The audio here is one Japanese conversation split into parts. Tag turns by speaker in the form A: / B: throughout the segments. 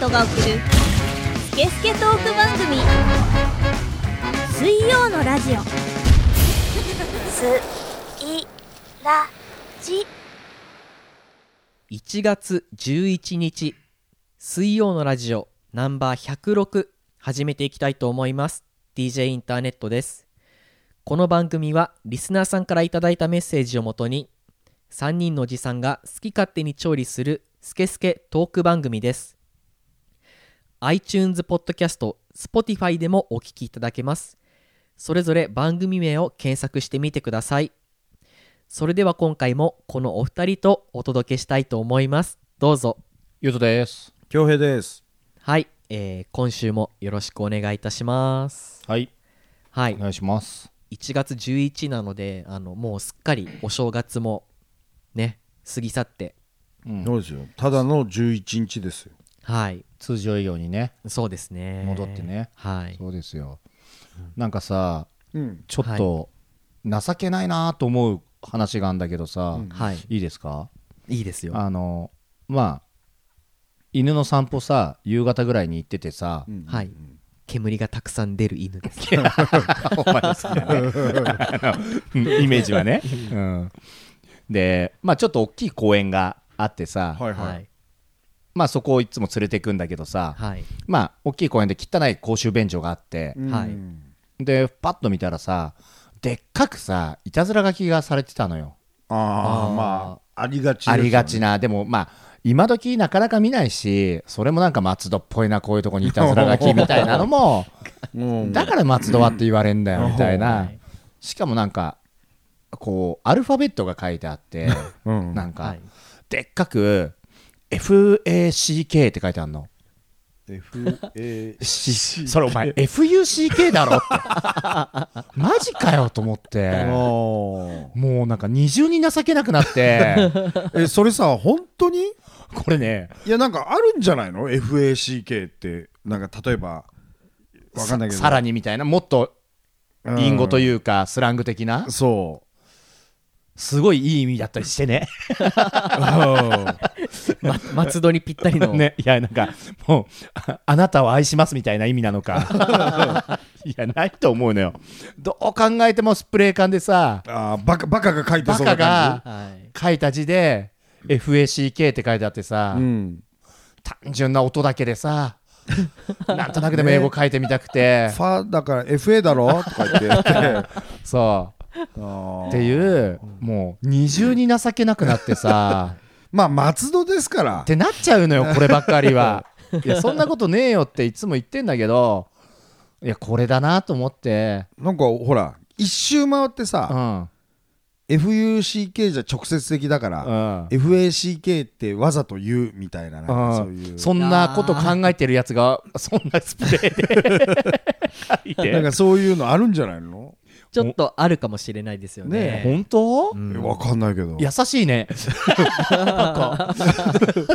A: トが送るスケスケトーク番組水曜のラジオ
B: すいらじ
C: 1月11日水曜のラジオナンバー106始めていきたいと思います DJ インターネットですこの番組はリスナーさんからいただいたメッセージをもとに3人のおじさんが好き勝手に調理するスケスケトーク番組です iTunes ポッドキャスト Spotify でもお聞きいただけますそれぞれ番組名を検索してみてくださいそれでは今回もこのお二人とお届けしたいと思いますどうぞ
D: ゆうとです
E: 恭平です
C: はい、えー今週もよろしくお願いいたします
D: はい
C: は
D: お
C: い
D: 願いします
C: 1月11なのであのもうすっかりお正月もね過ぎ去って
D: うん
E: そうですよただの11日ですよ
C: はい
D: 通常営業にね
C: そうですね
D: 戻ってね
C: はい
D: そうですよなんかさ
E: うん
D: ちょっと情けないなと思う話があんだけどさ、
C: はい
D: いいですか
C: いいですよ
D: あのまあ犬の散歩さ夕方ぐらいに行っててさ、
C: はい煙がたくさん出る犬です
D: お前好きだねあのうんイメージはね、うん、でまあちょっと大きい公園があってさ、
E: はいは
C: はいい
D: まあそこをいつも連れてくんだけどさ、
C: はい
D: まあ大きい公園で汚い公衆便所があって、
C: はい
E: うん
D: でパッと見たらさでっかくさいたずら書きがされてたのよ
E: あ
C: あー
E: あまあありがち
D: ありがち
E: な
D: なでもまあ今時なかなか見ないしそれもなんか松戸っぽいなこういうとこにいたずら書きみたいなのもだから松戸はって言われんだよみたいなしかもなんかこうアルファベットが書いてあって
E: うん
D: なんか、
C: はい
D: でっかく FACK って書いてあるの
E: FA
D: しそれお前 FUCK だろってマジかよと思って
E: あ
D: もうなんか二重に情けなくなって
E: ー えそれさ本当に
D: これね
E: いやなんかあるんじゃないの FACK ってなんか例えばわかんないけど
D: ささらにみたいなもっと隠語と
E: い
D: いうかスラング的な
E: そ
D: すごいいい意味だったりしてね
C: ま松戸にぴったりの
D: ねいやなんかもうああなたを愛しますみたいな意味なの かいやないと思うのよどう考えてもスプレー缶でさ
E: うあーバカバカが書いて
D: バ
E: そう
D: カ
E: な感
D: が
C: はい
D: 書いた字で FACK って書いてあってさ、
E: じうん
D: 単純な音だけで さなんとなくでも英語書いてみたくて、
E: ファだから FA だろとか言っ てあ
D: そう
E: ー
D: っていう、もう二重に情けなくなって さ
E: まあ松戸ですから
D: ってなっちゃうのよこればっかりはいやそんなことねえよっていつも言ってんだけどいやこれだなと思って
E: なんかほら一周回って
D: う
E: さ、
D: ん
E: FUCK じゃ直接的だから、
D: うん
E: FACK ってわざと言うみたいななんかそううい
D: ん
E: う
D: そんなこと考えてるやつがそんなスプレーで書い
E: な
D: て
E: んかそういうのあるんじゃないの、
C: ちょっとあるかもしれないですよね
D: 本当、
C: うん
E: えわかんないけど
D: 優しいね なんか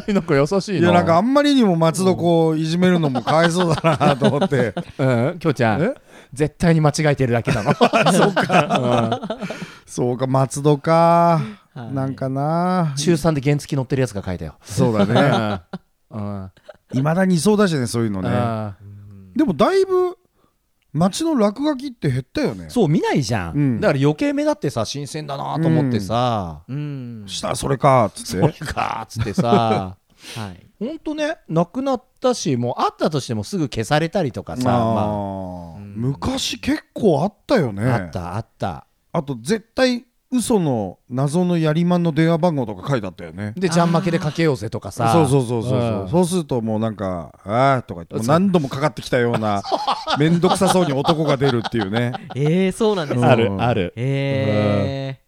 D: なんか優しい
E: い
D: な
E: やなんかあんまりにも松戸こういじめるのもかわいそうだなと思って
D: うん、きょうちゃん
E: え、
D: 絶対に間違えてるだけ なの。そうか、
E: そうか松戸か、
C: はい
E: なんかな
D: 中3で原付乗ってるやつが書いたよ。
E: そうだね
D: うん、うん、
E: いまだにいそうだしねそういうのね
D: あー
E: でもだいぶ町の落書きって減ったよね
D: そう見ないじゃん、
E: うん
D: だから余計目立ってさ新鮮だなと思ってさ、
C: うん
E: したらそれかっつっ
D: これ
E: て
D: かーっつって さ
C: はい
D: ほんとねなくなったしもうあったとしてもすぐ消されたりとかさ
E: あ
D: ま
E: ー昔結構あったよね
D: あ、あったあった
E: あと絶対嘘の謎のやりまんの電話番号とか書いてあったよね
D: でジャン負けでかけようぜとかさ
E: そうそうそうそうそう、
D: ん
E: そうするともうなんか「ああ」とか言ってもう何度もかかってきたような面倒くさそうに男が出るっていうね
C: えー、そうなんです
D: あ
C: か
D: るある
C: え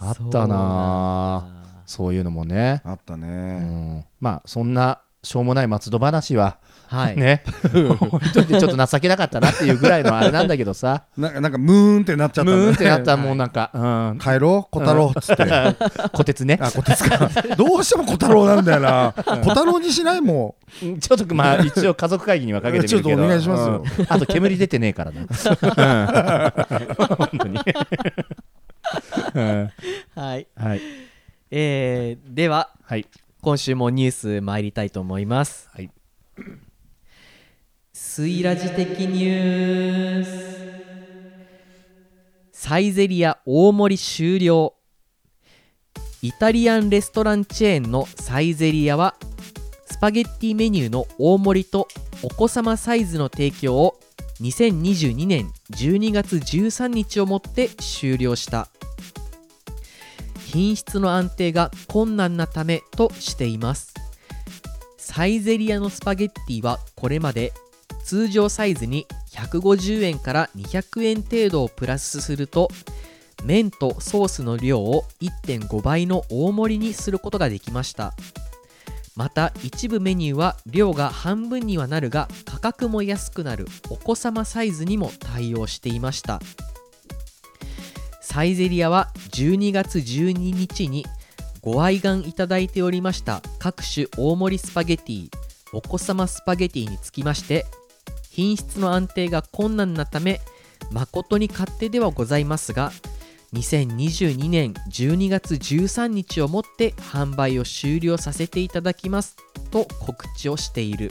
C: ー、
D: あっ
C: そうな
D: たなー
C: んだ
D: そういうのもね、
E: あった
D: う
E: ね、
D: ん、まあそんなしょうもない松戸話は
C: はい、
D: ね、 置いといてちょっと情けなかったなっていうぐらいのあれなんだけどさ、
E: なんかなんかムーンってなっちゃった
D: ム
E: ね
D: ーンってなったらもうなんか、うん、
E: 帰ろう小太郎っつって、あ
D: こてつね、
E: 小鉄かどうしても小太郎なんだよな小太郎にしないもん
D: ちょっとまあ一応家族会議にはかけてみるけど、
E: ちょっとお願いしますよ
D: うんあと煙出てねえからな、うん本当に。うん
C: はい
D: はい
C: えー、では
D: はい
C: 今週もニュース参りたいと思います
D: はい
C: スイラジ的ニュースサイゼリア大盛り終了イタリアンレストランチェーンのサイゼリアはスパゲッティメニューの大盛りとお子様サイズの提供を2022年12月13日をもって終了した品質の安定が困難なためとしていますサイゼリアのスパゲッティはこれまで通常サイズに150円から200円程度をプラスすると麺とソースの量を1.5倍の大盛りにすることができましたまた一部メニューは量が半分にはなるが価格も安くなるお子様サイズにも対応していましたサイゼリアは12月12日にご愛願いただいておりました各種大盛りスパゲティお子様スパゲティにつきまして品質の安定が困難なため誠に勝手ではございますが2022年12月13日をもって販売を終了させていただきますと告知をしている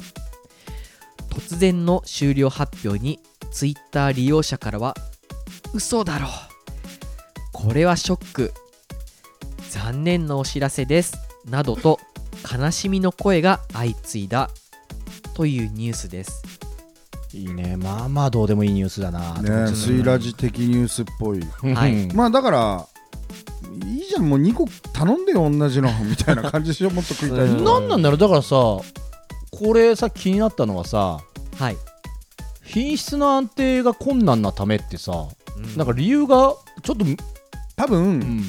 C: 突然の終了発表に Twitter 利用者からは「嘘だろこれはショック残念なお知らせです」などと悲しみの声が相次いだというニュースです
D: いいねまあまあどうでもいいニュースだな
E: ねえスイラジ的ニュースっぽい
C: はい
D: うん
E: まあだからいいじゃんもう2個頼んでよ同じの みたいな感じでしょもっと食いたい
C: うん
D: な
E: の
D: んなんだろうだからさこれさ気になったのはさ
C: はい、
D: 品質の安定が困難なためってさ
C: うん
D: なんか理由がちょっと、
E: 多分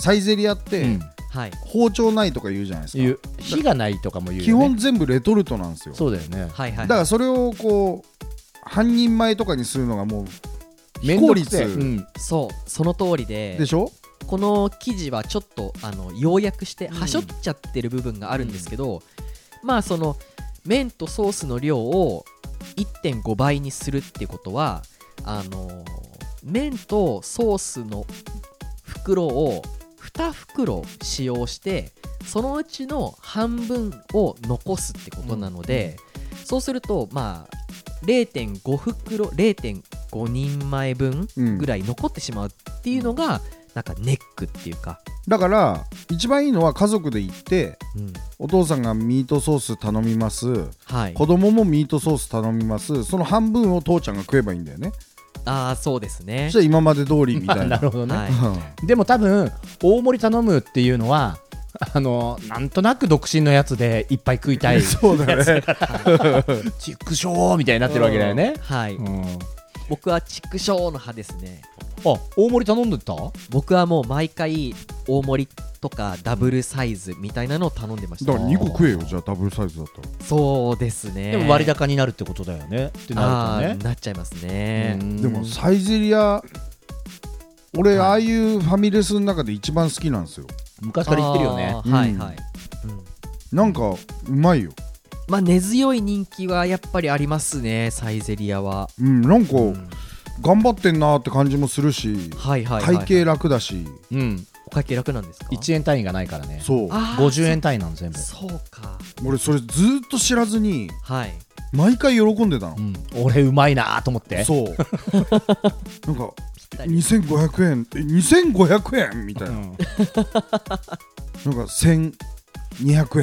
E: サイゼリアって
C: はい
E: 包丁ないとか言うじゃないですか
D: いう火がないとかも言うよ、ね、
E: 基本全部レトルトなんですよ
D: そうだよね
C: はいは
E: だ
C: い
E: からそれをこう半人前とかにするのがもう非効率
D: めんどくせえうん
C: そうその通りで
E: でしょ
C: この記事はちょっとあの要約して
E: うん
C: はしょっちゃってる部分があるんですけど、まあその麺とソースの量を1.5倍にするってことはあの麺とソースの袋を2袋使用してそのうちの半分を残すってことなので、そうするとまあ0.5袋0.5人前分
E: うん
C: ぐらい残ってしまうっていうのがなんかネックっていうか、
E: だから一番いいのは家族で行って
C: うん
E: お父さんがミートソース頼みます
C: はい
E: 子供もミートソース頼みますその半分を父ちゃんが食えばいいんだよね
C: ああそうです
E: そ
C: ね
E: したら今まで通りみた
D: まあ
E: い
D: な
E: な
D: るほどね、
C: はい
D: でも多分大盛り頼むっていうのは あのなんとなく独身のやつでいっぱい食いたい
E: そうだ ね
D: ちくしょうみたいになってるわけだよね、
C: はい、
D: うんあ
C: 僕は畜生の派ですね
D: 大盛り頼んでた
C: 僕はもう毎回大盛りとかダブルサイズみたいなのを頼んでまし
E: だ
C: た
E: から2個食えよじゃあダブルサイズだったら
C: そうですね
D: でも割高になるってことだよねってな
C: あ
D: る
C: あ
D: とね
C: なっちゃいます
D: う
C: ね
D: ん
E: でもサイゼリア俺、
C: はい
E: ああいうファミレスの中で一番好きなんですよ
D: 昔から言ってるよね
C: あー
E: うん
C: はいはい、うん
E: なんかうまいよ
C: まあ根強い人気はやっぱりありますねサイゼリアは、
E: うんなんか
C: うん
E: 頑張ってんなーって感じもするし
C: はいはいはい、はい、
E: 体型楽だし
D: うん
C: お会計楽なんですか
D: 1円単位がないからね
E: そう
C: あー
D: 50円単位なの全部、
C: そうか
E: 俺それずーっと知らずに
C: はい
E: 毎回喜んでたの
D: うん、俺うまいなーと思って
E: そう なんか
C: たり
E: 2500円え2500円みたいな
D: うん
E: なんか1200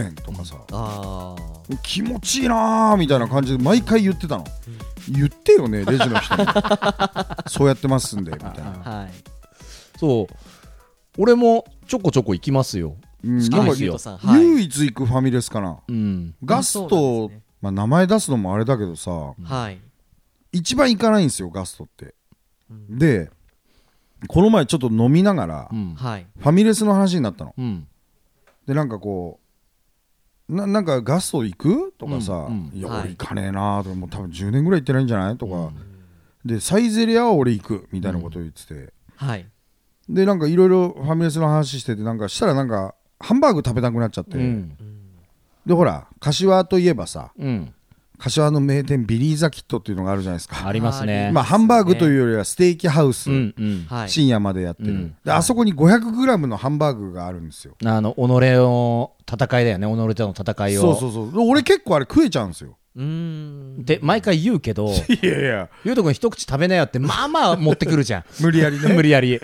E: 円とかさ
C: ああ
E: 気持ちいいなーみたいな感じで毎回言ってたの、言ってよねレジの 人にそうやってますんでみたいな、
C: はい
D: そう俺もちょこちょこ行きますよ、
E: う ん、
D: 好き
E: な
C: あ
E: ん
D: で
E: か
D: すよ
C: ゆうとさんはい
E: 唯一行くファミレスかな
D: うん、
E: ガス
C: あそうなん
E: ト、
C: ですね
E: まあ、名前出すのもあれだけどさ
C: はい
E: 一番行かないんですよガストって
C: うん
E: でこの前ちょっと飲みながら、
D: うん
C: はい
E: ファミレスの話になったの
D: うん
E: でなんかこうななんかガスト行くとかさ、
D: うんうん
E: いや
C: はい
E: 俺行かねえなーともう多分10年ぐらい行ってないんじゃないとか、でサイゼリアは俺行くみたいなことを言ってて、
C: はい
E: でなんかいろいろファミレスの話しててなんかしたらなんかハンバーグ食べたくなっちゃって、
D: うん
E: でほら柏といえばさ
D: うん、
E: 柏の名店ビリー・ザ・キットっていうのがあるじゃないですか
D: ありますね
E: まあ、ハンバーグというよりはステーキハウス、
D: うんうん
C: はい
E: 深夜までやって
D: う
E: る、
D: ん
E: であそこに 500g のハンバーグがあるんですよ、
D: あの己の戦いだよね己との戦いを
E: そうそうそうで俺結構あれ食えちゃうんですよ
C: うーん
D: で毎回言うけど
E: いやいや
D: ゆうとくん一口食べなよってまあまあ持ってくるじゃん
E: 無理やり ね
D: 無理やり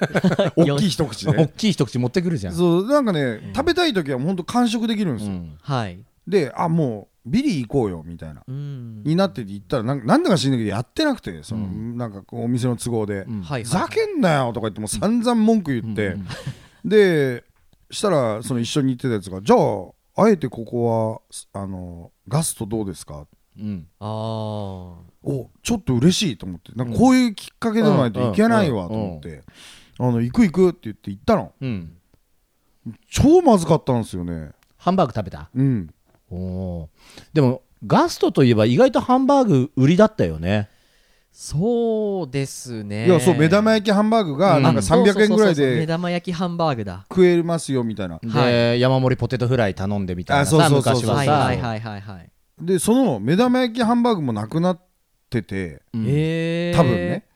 E: 大きい一口
D: 大
E: で
D: きい一口持ってくるじゃん
E: そうなんかね食べたい時は本当完食できるんです
D: う
E: よ
D: ん
C: はい
E: であもうビリ行こうよみたいな
C: うん
E: になってて行ったらなんなんだか知んないけどやってなくてその
D: うん
E: なんかこうお店の都合で
D: う
C: は
D: ん
C: いはい
E: ふざけんなよとか言ってもう散々文句言って、でしたらその一緒に行ってたやつがじゃああえてここはあのガストどうですか
D: うん
C: あー
E: おちょっと嬉しいと思ってなんかこういうきっかけでないといけないわと思って「あの行く行く」って言って行ったの
D: うん
E: 超まずかったんですよね
D: ハンバーグ食べた
E: うん
D: おおでもガストといえば意外とハンバーグ売りだったよね
C: そうですね
E: いやそう目玉焼きハンバーグが
D: うん
E: なんか300円ぐらい
C: そうそうそうそう目
E: で
C: 玉焼きハンバーグだ
E: 食えますよみたいな
D: で、山盛りポテトフライ頼んでみたいな
E: あそう
D: さ
E: そうそう
D: 昔
E: そう
D: は
C: はい
D: さ、
C: はいはいはいはい
E: でその目玉焼きハンバーグもなくなってて
D: うん
C: えー
E: 多分ね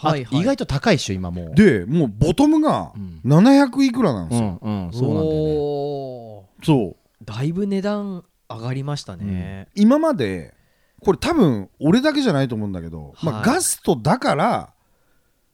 D: あ
C: はいはい
D: 意外と高いっしょ今もう
E: でもうボトムが
D: うん
E: 700いくらなんで
D: う
E: すよ、
D: んうんそうなんだよね
C: おー
E: そう
C: だいぶ値段上がりましたね、
E: 今までこれ多分俺だけじゃないと思うんだけど、ま
C: は
E: あ、
C: い
E: ガストだから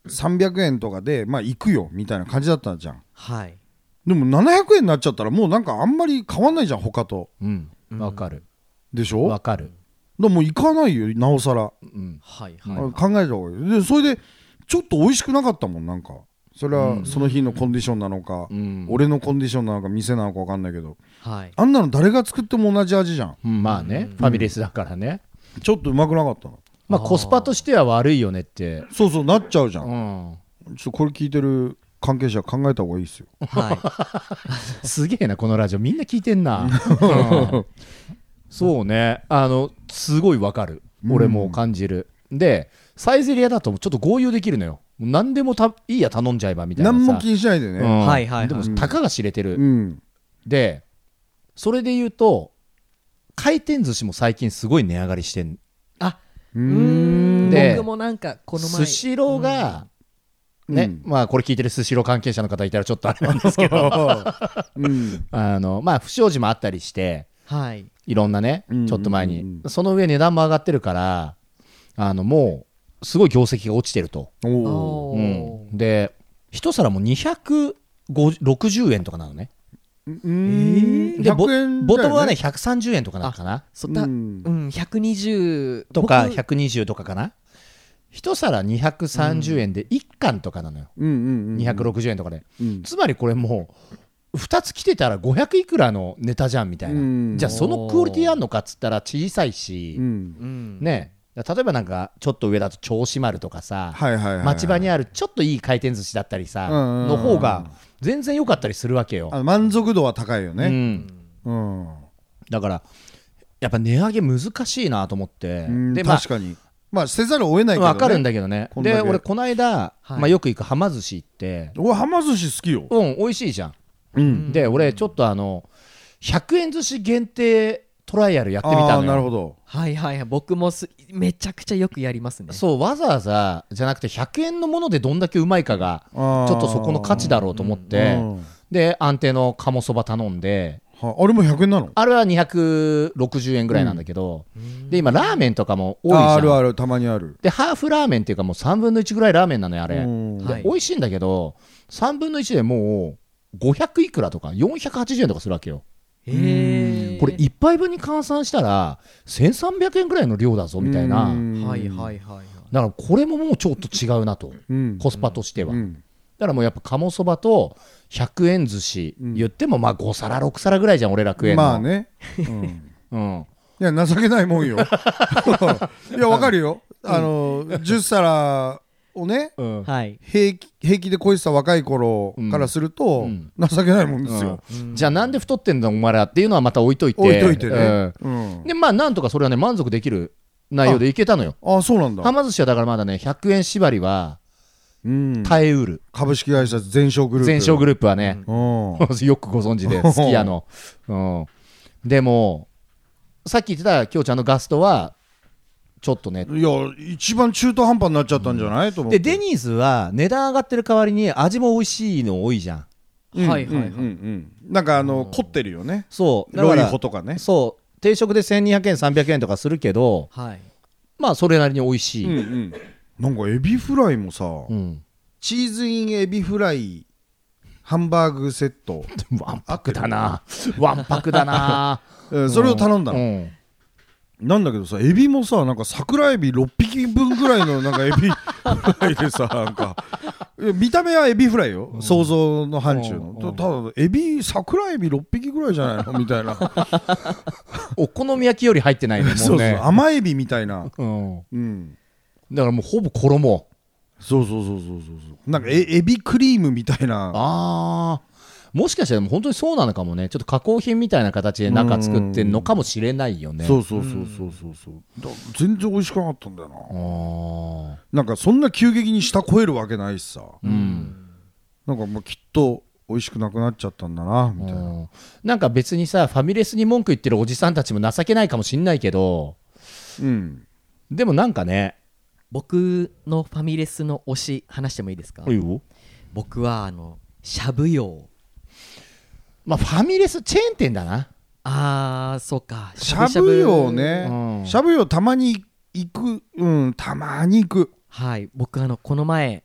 E: 300円とかでまあ行くよみたいな感じだったじゃん
C: はい
E: でも700円になっちゃったらもうなんかあんまり変わんないじゃん他と
D: うんわかる
E: でしょだ
D: わか
E: か
D: る
E: らもう行かないよなおさら、
D: うん
C: はいはい、
E: あ考えた方がいいでそれでちょっと美味しくなかったもんなんかそれはその日のコンディションなのか、
D: うん
E: 俺のコンディションなのか店なのか分かんないけど
C: はい
E: あんなの誰が作っても同じ味じゃん
D: うんまあねファミレスだからね
E: ちょっとうまくなかったの
D: まあ
C: あー
D: コスパとしては悪いよねって
E: そうそうなっちゃうじゃん
D: うん
E: ちょっとこれ聞いてる関係者考えた方がいいですよ。
C: はい
D: すげえなこのラジオみんな聞いてんなうん そうねあのすごいわかる俺も感じる、でサイゼリアだとちょっと合流できるのよもう何でもたいいや頼んじゃえばみたいなさ
E: 何も気にしないでね。
D: う
C: はい
D: ん
C: はいはい
D: でもたかが知れてる、
E: うん。
D: でそれで言うと回転寿司も最近すごい値上がりしてん
C: あ
E: う
C: うー
E: ん。
C: ん
D: で
C: 僕もなんかこの前
D: スシローが、
E: うん
D: ね、
E: うん
D: まあこれ聞いてるスシロー関係者の方いたらちょっとあれなんです けど
E: うん。
D: あのまあ不祥事もあったりして
C: はい
D: いろんなね
E: うん
D: ちょっと前に、
E: うん
D: その上値段も上がってるからあのもうすごい業績が落ちてると、
E: おお。
C: おー
D: うんで一皿も260円とかなのね
E: うーん。
D: でボ
E: 100円
D: ボトムはね
E: だよ
D: 130円とかなのかな
C: そった、
E: う
C: うんん、120
D: とか
C: 僕
D: 120とかかな一皿230円で1貫とかなのよ、
E: うんうんうん。
D: 260円とかで
E: うん。
D: つまりこれもう2つ来てたら500いくらのネタじゃんみたいな、
E: うん
D: じゃあそのクオリティあんのかっつったら小さいし、
E: うん。
C: うん
D: ね例えばなんかちょっと上だと銚子丸とかさ、
E: はいはいはいはい。
D: 町場にあるちょっといい回転寿司だったりさ、
E: うんうんうん
D: の方が全然良かったりするわけよ、
E: あ満足度は高いよ
D: う
E: ね。
D: ん
E: うん。
D: だからやっぱ値上げ難しいなと思って、
E: うん
D: でまあ
E: 確かに。まあせざるを得ないけどね。
D: わかるんだけどね
E: こんだけ
D: で俺この間、
C: はい
D: まあ、よく行くはま寿司行って
E: 俺はま寿司好きよ。
D: うん美味しいじゃん、
E: うん。
D: で俺ちょっとあの100円寿司限定トライアルやってみたの
E: ああ
D: よ
E: なるほど。
C: はいはいはい僕もすめちゃくちゃよくやりますね
D: そうわざわざじゃなくて100円のものでどんだけうまいかが
E: ち
D: ちょっとそこの価値だろうと思って、
E: うん
D: で安定の鴨そば頼んで
E: はあれも100円なの
D: あれは260円ぐらいなんだけど、で今ラーメンとかも多いじゃん
E: ああるあるたまにある。
D: でハーフラーメンっていうかもう3分の1ぐらいラーメンなのよあれ、
E: うん
D: で
C: はい
D: 美味しいんだけど3分の1でもう500いくらとか480円とかするわけよ
C: へえ
D: これ
C: い
D: 1杯分に換算したら1300円ぐらいの量だぞみたいな
E: うん
C: はいはいはいはい
D: だからこれももうちょっと違うなと
E: うん
D: コスパとしては
E: う
D: だか
E: ん
D: らもうやっぱ鴨そばと100円寿司
E: うん
D: 言ってもまあ5皿6皿ぐらいじゃん俺ら食えんの
E: まあね、うん、
D: うん
E: いや情けないもん よいやわかるよあの10皿をね
D: うん
C: はい
E: 平気平気で恋した若い頃からすると、
D: うん
E: 情けないもんですよ、
D: じゃあなんで太ってんだお前らっていうのはまた置いといて
E: 置いといてね、
D: うん
E: うん
D: でまあなんとかそれはね満足できる内容でいけたのよ
E: ああそうなんだ
D: は、ま寿司はだからまだね100円縛りは
E: うん、
D: 耐えうる
E: 株式会社全商グループ
D: 全商グ
E: ル
D: ループはね、
E: ー
D: よくご存知ですき家の、うん、でもさっき言ってたきょうちゃんのガストはちょっとね
E: いや一番中途半端になっちゃったんじゃない、と思っ
D: で
E: て
D: デニーズは値段上がってる代わりに味も美味しいの多いじゃん
E: うん
C: はいはいはい
E: うんうんうんなんかあの凝ってるよね
D: そうだ
E: ロ
D: か
E: イ
D: ら
E: ホとかね
D: そう定食で1200円300円とかするけど
C: はい
D: まあそれなりに美味し
E: うん
D: い、
E: うんなんかエビフライもさ、
D: うん
E: チーズインエビフライハンバーグセット、
D: わんぱくだなわんぱくだな
E: えー それを頼んだ
D: う
E: の、
D: ん
E: なんだけどさエビもさなんか桜エビ6匹分ぐらいのなんかエビ フライでさなんかいや見た目はエビフライよ、想像の範疇の、たただエビ桜エビ6匹ぐらいじゃないのみたいな
D: お好み焼きより入ってないねもうね
E: そうそう甘エビみたいな
D: うん、
E: うん
D: だからもうほぼ衣
E: そうそうそうそうそうそうなんかエエビクリームみたいな
D: ああもしかしたらもう本当にそうなのかもねちょっと加工品みたいな形で中作ってんのかもしれないよね
E: そうそうそうそうそうそうだ全然美味しくなかったんだよな
D: ああ
E: なんかそんな急激に下超えるわけないしさ、
D: うん
E: なんかもうきっと美味しくなくなっちゃったんだなみたいな、
D: うんなんか別にさファミレスに文句言ってるおじさんたちも情けないかもしんないけど
E: うん、
D: でもなんかね
C: 僕のファミレスの推し話してもいいですか僕はあのしゃぶ用
D: まあファミレスチェーン店だな
C: あーそうか
E: しゃぶよ
D: う
E: ね
D: ん
E: しゃぶよたまに行くうんたまに行く
C: はい僕あのこの前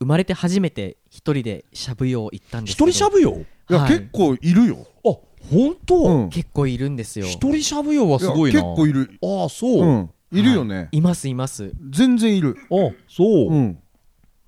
C: 生まれて初めて一人でしゃぶ用行ったんですけど
D: ぶよ
E: いや、
C: はい
E: 結構いるよ、
D: あ本
E: うん
D: 当
C: 結構いるんですよ
D: 人しゃぶよはい
E: や結構いる
D: ああ
E: う
D: そうん
E: いるよね、
C: いますいます
E: 全然いる
D: あそう
E: うん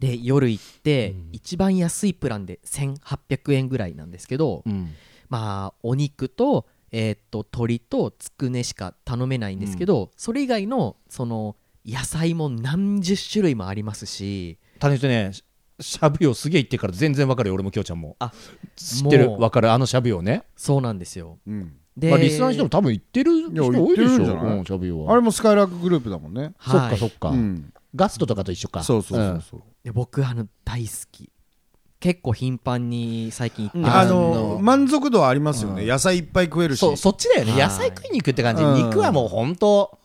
C: で夜行って、
D: うん
C: 一番安いプランで1800円ぐらいなんですけど、
D: うん
C: まあお肉と,、えーっと鶏とつくねしか頼めないんですけど、それ以外のその野菜も何十種類もありますし
D: 谷口ねししゃぶよすげえ言ってから全然わかるよ俺もきょうちゃんも
C: あ
D: 知ってる
C: もう
D: わかるあのしゃぶよね、
C: そうなんですよ
E: うん、
C: で、
D: まあ、リスナーの人も多分行ってる人多いで
E: いや行って
D: し
E: るん
D: ょ
E: じゃない
D: うんしゃぶよは
E: あれもスカイラークグループだもんね
D: そっ
C: は
D: か
C: い
D: そっか、
E: うん
D: ガストとかと一緒か
E: そうそうそうそう、
C: で僕あの大好き結構頻繁に最近行って
D: ん
C: ま
E: あ
C: す
E: の
D: あの
E: 満足度はありますよね、野菜いっぱい食え
D: う
E: る
D: ん
E: し
D: そそっちだよね
C: はい
D: 野菜食いに行くって感じ、
E: うん
D: 肉はもう本当、
E: うん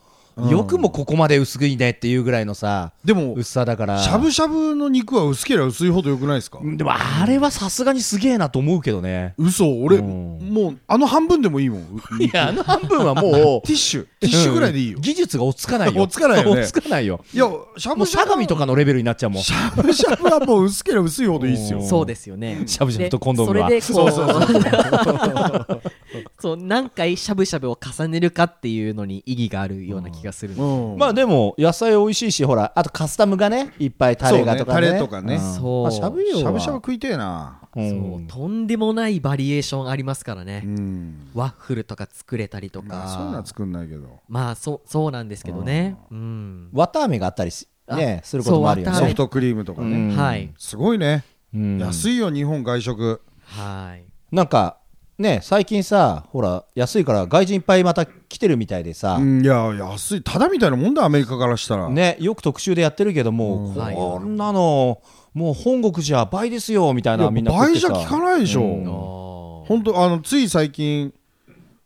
D: よくもここまで薄食いねっていうぐらいのさ
E: でも
D: 薄さだから
E: しゃぶしゃぶの肉は薄ければ薄いほどよくないですか、
D: うんでもあれはさすがにすげえなと思うけどね
E: 嘘俺、
D: うん
E: もうあの半分でもいいもん
D: いやあの半分 はもう
E: ティッシュティッシュぐらいでいいよ、
D: うん技術が落ち着かないよ
E: 落ち着かないよね
D: 落ち着かないよ
E: いやしゃ
D: も
E: ぶ
D: う
E: し
D: し
E: ゃ
D: ゃ
E: ぶ
D: がみとかのレベルになっちゃうもん
E: しゃぶしゃぶはもう薄ければ薄いほどいいっすよ
D: うん
C: そうですよね
D: しゃぶしゃぶとコンドームは
C: でそれでこう そう何回しゃぶしゃぶを重ねるかっていうのに意義があるような気がする、
E: うん
D: まあでも野菜美味しいしほらあとカスタムがねいっぱいタレがとかね
E: そうねタレとかね
D: ん
C: そう
D: まあしゃぶよは
E: しゃぶしゃぶ食いてえな
D: うん
C: そうとんでもないバリエーションありますからね、
E: うん
C: ワッフルとか作れたりとか、
E: まあそんなん作んないけど
C: まあそうそうなんですけどねうん、
D: 綿あめがあったりし
C: あ
D: ねすることもあるよ
C: は
D: ね
C: い
E: ソフトクリームとかね、
D: うん
C: はい
E: すごいね、
D: うん
E: 安いよ日本外食
C: はい
D: なんかね最近さほら安いから外人いっぱいまた来てるみたいでさ、
E: うんいや安いただみたいなもんだアメリカからしたら、
D: ねよく特集でやってるけども、
C: うんはい
D: こんなのもう本国じゃ倍ですよみたい
E: いや
D: なみんな食って
E: 倍じ
D: さ
E: ゃ効かないでしょ、
D: うん
C: あー
E: 本当あのつい最近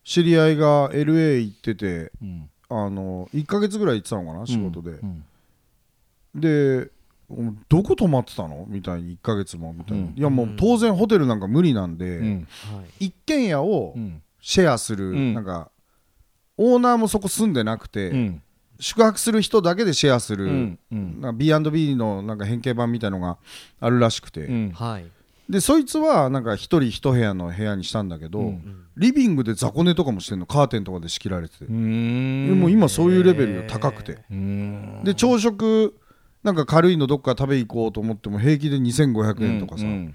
E: 知り合いが LA 行ってて
D: うん
E: あの1か月ぐらい行ってたのかな仕事で、
D: うん
E: でうんどこ泊まってたのみたいに1か月もみたいな、
D: うん
E: いやもう当然ホテルなんか無理なんで、
D: うん
C: はい
E: 一軒家を
D: うん
E: シェアする、
D: うん
E: なんかオーナーもそこ住んでなくて、
D: うん
E: 宿泊する人だけでシェアする、
D: うんうん
E: なんか B&B のなんか変形版みたいのがあるらしくて、
D: うん
C: はい
E: でそいつはなんか一人一部屋の部屋にしたんだけど、
D: うん
E: リビングで雑魚寝とかもしてんのカーテンとかで仕切られてて、
D: うーん
E: もう今そういうレベルが高くて、
D: うーん
E: で朝食なんか軽いのどっか食べ行こうと思っても平気で2500円とかさ、
D: うんうん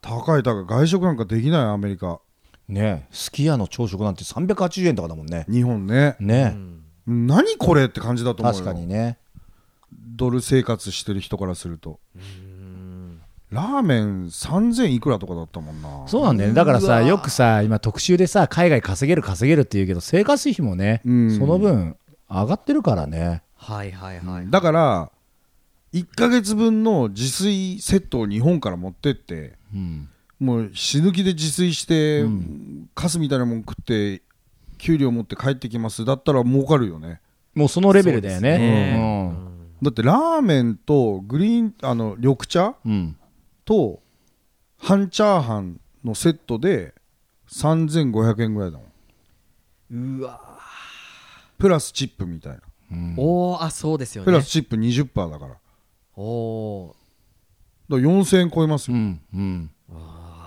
E: 高い高い外食なんかできないアメリカ
D: ねすき家の朝食なんて380円とかだもんね
E: 日本ね、
D: ね、
E: 何これって感じだと思うよ
D: 確かにね
E: ドル生活してる人からするとラーメン3000いくらとかだったもんな
D: そうなんだよねだからさよくさ今特集でさ海外稼げる稼げるって言うけど生活費もね、
E: うん
D: その分上がってるからね
C: はいはいはい
E: だから1ヶ月分の自炊セットを日本から持ってって
D: うん
E: もう死ぬ気で自炊して、
D: ん
E: カスみたいなもん食って給料持って帰ってきますだったら儲かるよね
D: もうそのレベルだよね
C: そうですね
E: だってラーメンとグリーンあの緑茶
D: うん、うん
E: と半チャーハンのセットで3500円ぐらいだもん
C: うわ
E: プラスチップみたいな、
D: うん
C: おおあそうですよ
E: プ
C: ね
E: ラスチップ20%だからだか
C: おお
E: ら4000円超えます
D: う
E: よ、
D: んうん
C: ーわ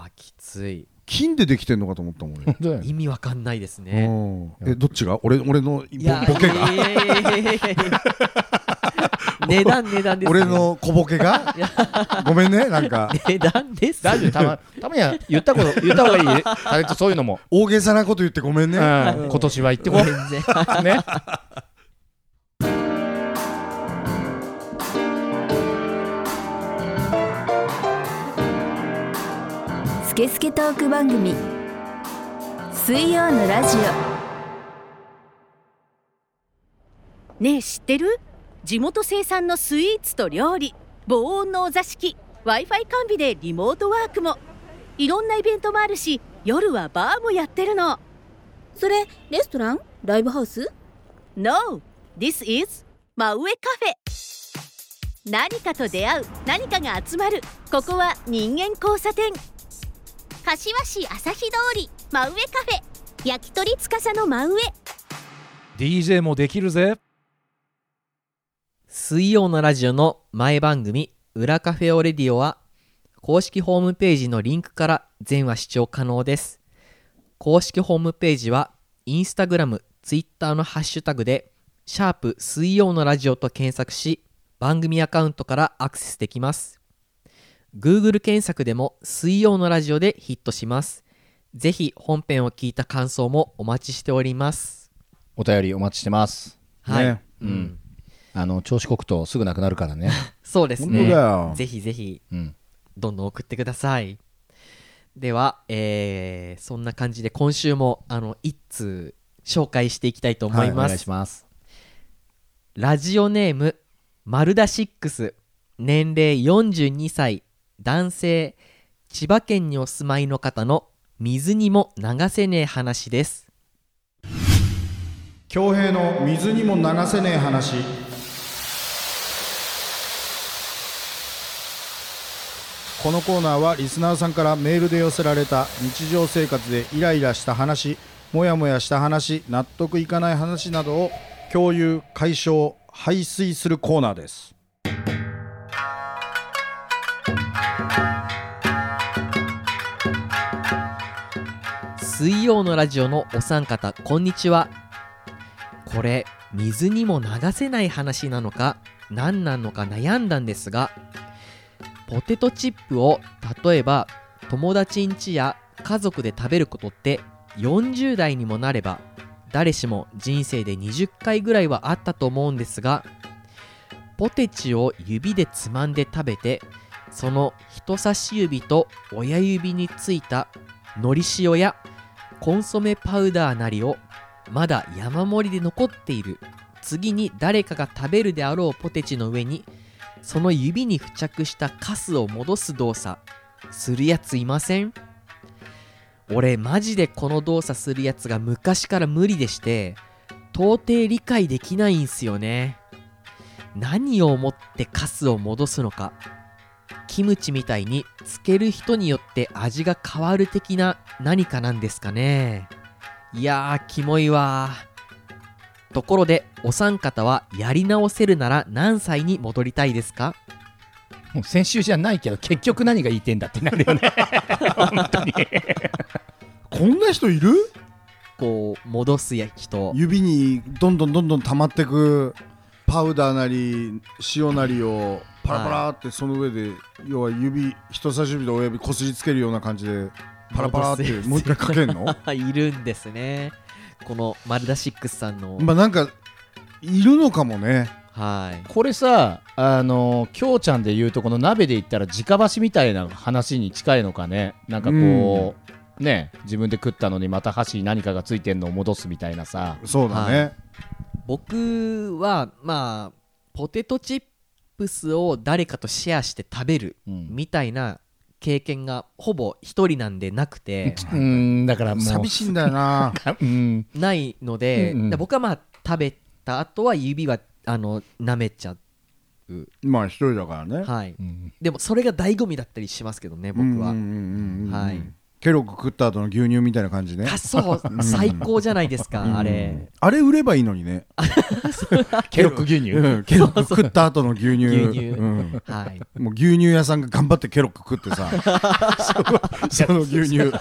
C: あきつい
E: 金でできてんのかと思ったもんね
D: 本当だよね
C: 意味わかんないですね
E: うんえどっちが俺俺のボ
C: いや
E: ボケが
C: いやいやいやいやいやい や値段値段ですね
E: 俺の小ボケがごめんねなんか
C: 値段です
D: 大丈夫たまたまには言ったこと言った方がいいタレントそういうのも、
E: 大げさなこと言ってごめん
D: う
E: ね、
D: ん、今年は言ってこ
C: 全
D: う
C: 然
D: ね
A: スケスケトーク番組水曜のラジ
F: ねえ知ってる地元生産のスイーツと料理防音のお座敷 w i f i 完備でリモートワークもいろんなイベントもあるし夜はバーもやってるの
A: オそれレストランライブハウス
F: No! This is 真上カフェ何かと出会う何かが集まるここは人間交差点
B: 柏市朝日通り真上カフェ焼き鳥つかさの真上
G: DJ もできるぜ
C: 水曜のラジオの前番組「裏カフェオレディオ」は公式ホームページのリンクから全話視聴可能です公式ホームページはインスタグラムツイッターのハッシュタグで「シャープ水曜のラジオ」と検索し番組アカウントからアクセスできます Google 検索でも「水曜のラジオ」でヒットしますぜひ本編を聞いた感想もお待ちしております
D: お便りお待ちしてます
C: はい、
E: ね
C: うん、
D: あの調子こくとすぐなくなるからね
C: そうです
E: 本
C: ね
E: 当だよ、
C: ぜひぜひ
D: うん
C: どんどん送ってくださいでは、えーそんな感じで今週もあの一通紹介していきたいと思い
D: お
C: ます,、
D: 願いします
C: ラジオネーム丸田シックス年齢42歳男性千葉県にお住まいの方の水にも流せねえ話です
E: 恭平の水にも流せねえ話このコーナーはリスナーさんからメールで寄せられた日常生活でイライラした話モヤモヤした話納得いかない話などを共有解消排水するコーナーです
C: 水曜のラジオのお三方こんにちはこれ水にも流せない話なのか何なのか悩んだんですがポテトチップを例えば友達ん家や家族で食べることって40代にもなれば誰しも人生で20回ぐらいはあったと思うんですがポテチを指でつまんで食べてその人差し指と親指についたのり塩やコンソメパウダーなりをまだ山盛りで残っている次に誰かが食べるであろうポテチの上にその指に付着したカスを戻す動作するやついません俺マジでこの動作するやつが昔から無理でして到底理解できないんすよね何を思ってカスを戻すのかキムチみたいにつける人によって味が変わる的な何かなんですかねいやーキモいわーところでお三方はやり直せるなら何歳に戻りたいですか
D: もう先週じゃないけど結局何が言いてんだってなるよね本当に
E: こんな人いる
C: こう戻すや人
E: 指にどんどんどんどん溜まってくパウダーなり塩なりをパラパラってその上で要は指人差し指と親指こすりつけるような感じでパラパラって
C: 戻すやつ
E: もう一回かけんの
C: いるんですねこのマルダシックスさんの、
E: まあなんかいるのかもね
C: はい
D: これさあのきょうちゃんで言うとこの鍋で言ったら直箸みたいな話に近いのかねなんかこう、ね自分で食ったのにまた箸に何かがついてんのを戻すみたいなさ
E: そうだね、
C: 僕はまあポテトチップスを誰かとシェアして食べる
D: うん
C: みたいな経験がほぼ一人なんでなくて
D: うんだからもう
E: 寂しいんだよな
D: うん
C: ないので、
D: うんうん
C: だから僕はまあ食べた後は指はあの舐めちゃう、
E: まあ一人だからね
C: はい、
D: うん
C: でもそれが醍醐味だったりしますけどね僕は、
E: うんうんうんうんうん
C: はい
E: ケロッグ食った後の牛乳みたいな感じね
C: あそう最高じゃないです
E: うん
C: かあれ
E: あれ売ればいいのに ね
D: ケロック牛 乳
E: うんケロッグ食った後の牛乳
C: 牛乳
E: うん
C: はい
E: もう牛乳屋さんが頑張ってケロック食って さそのその牛乳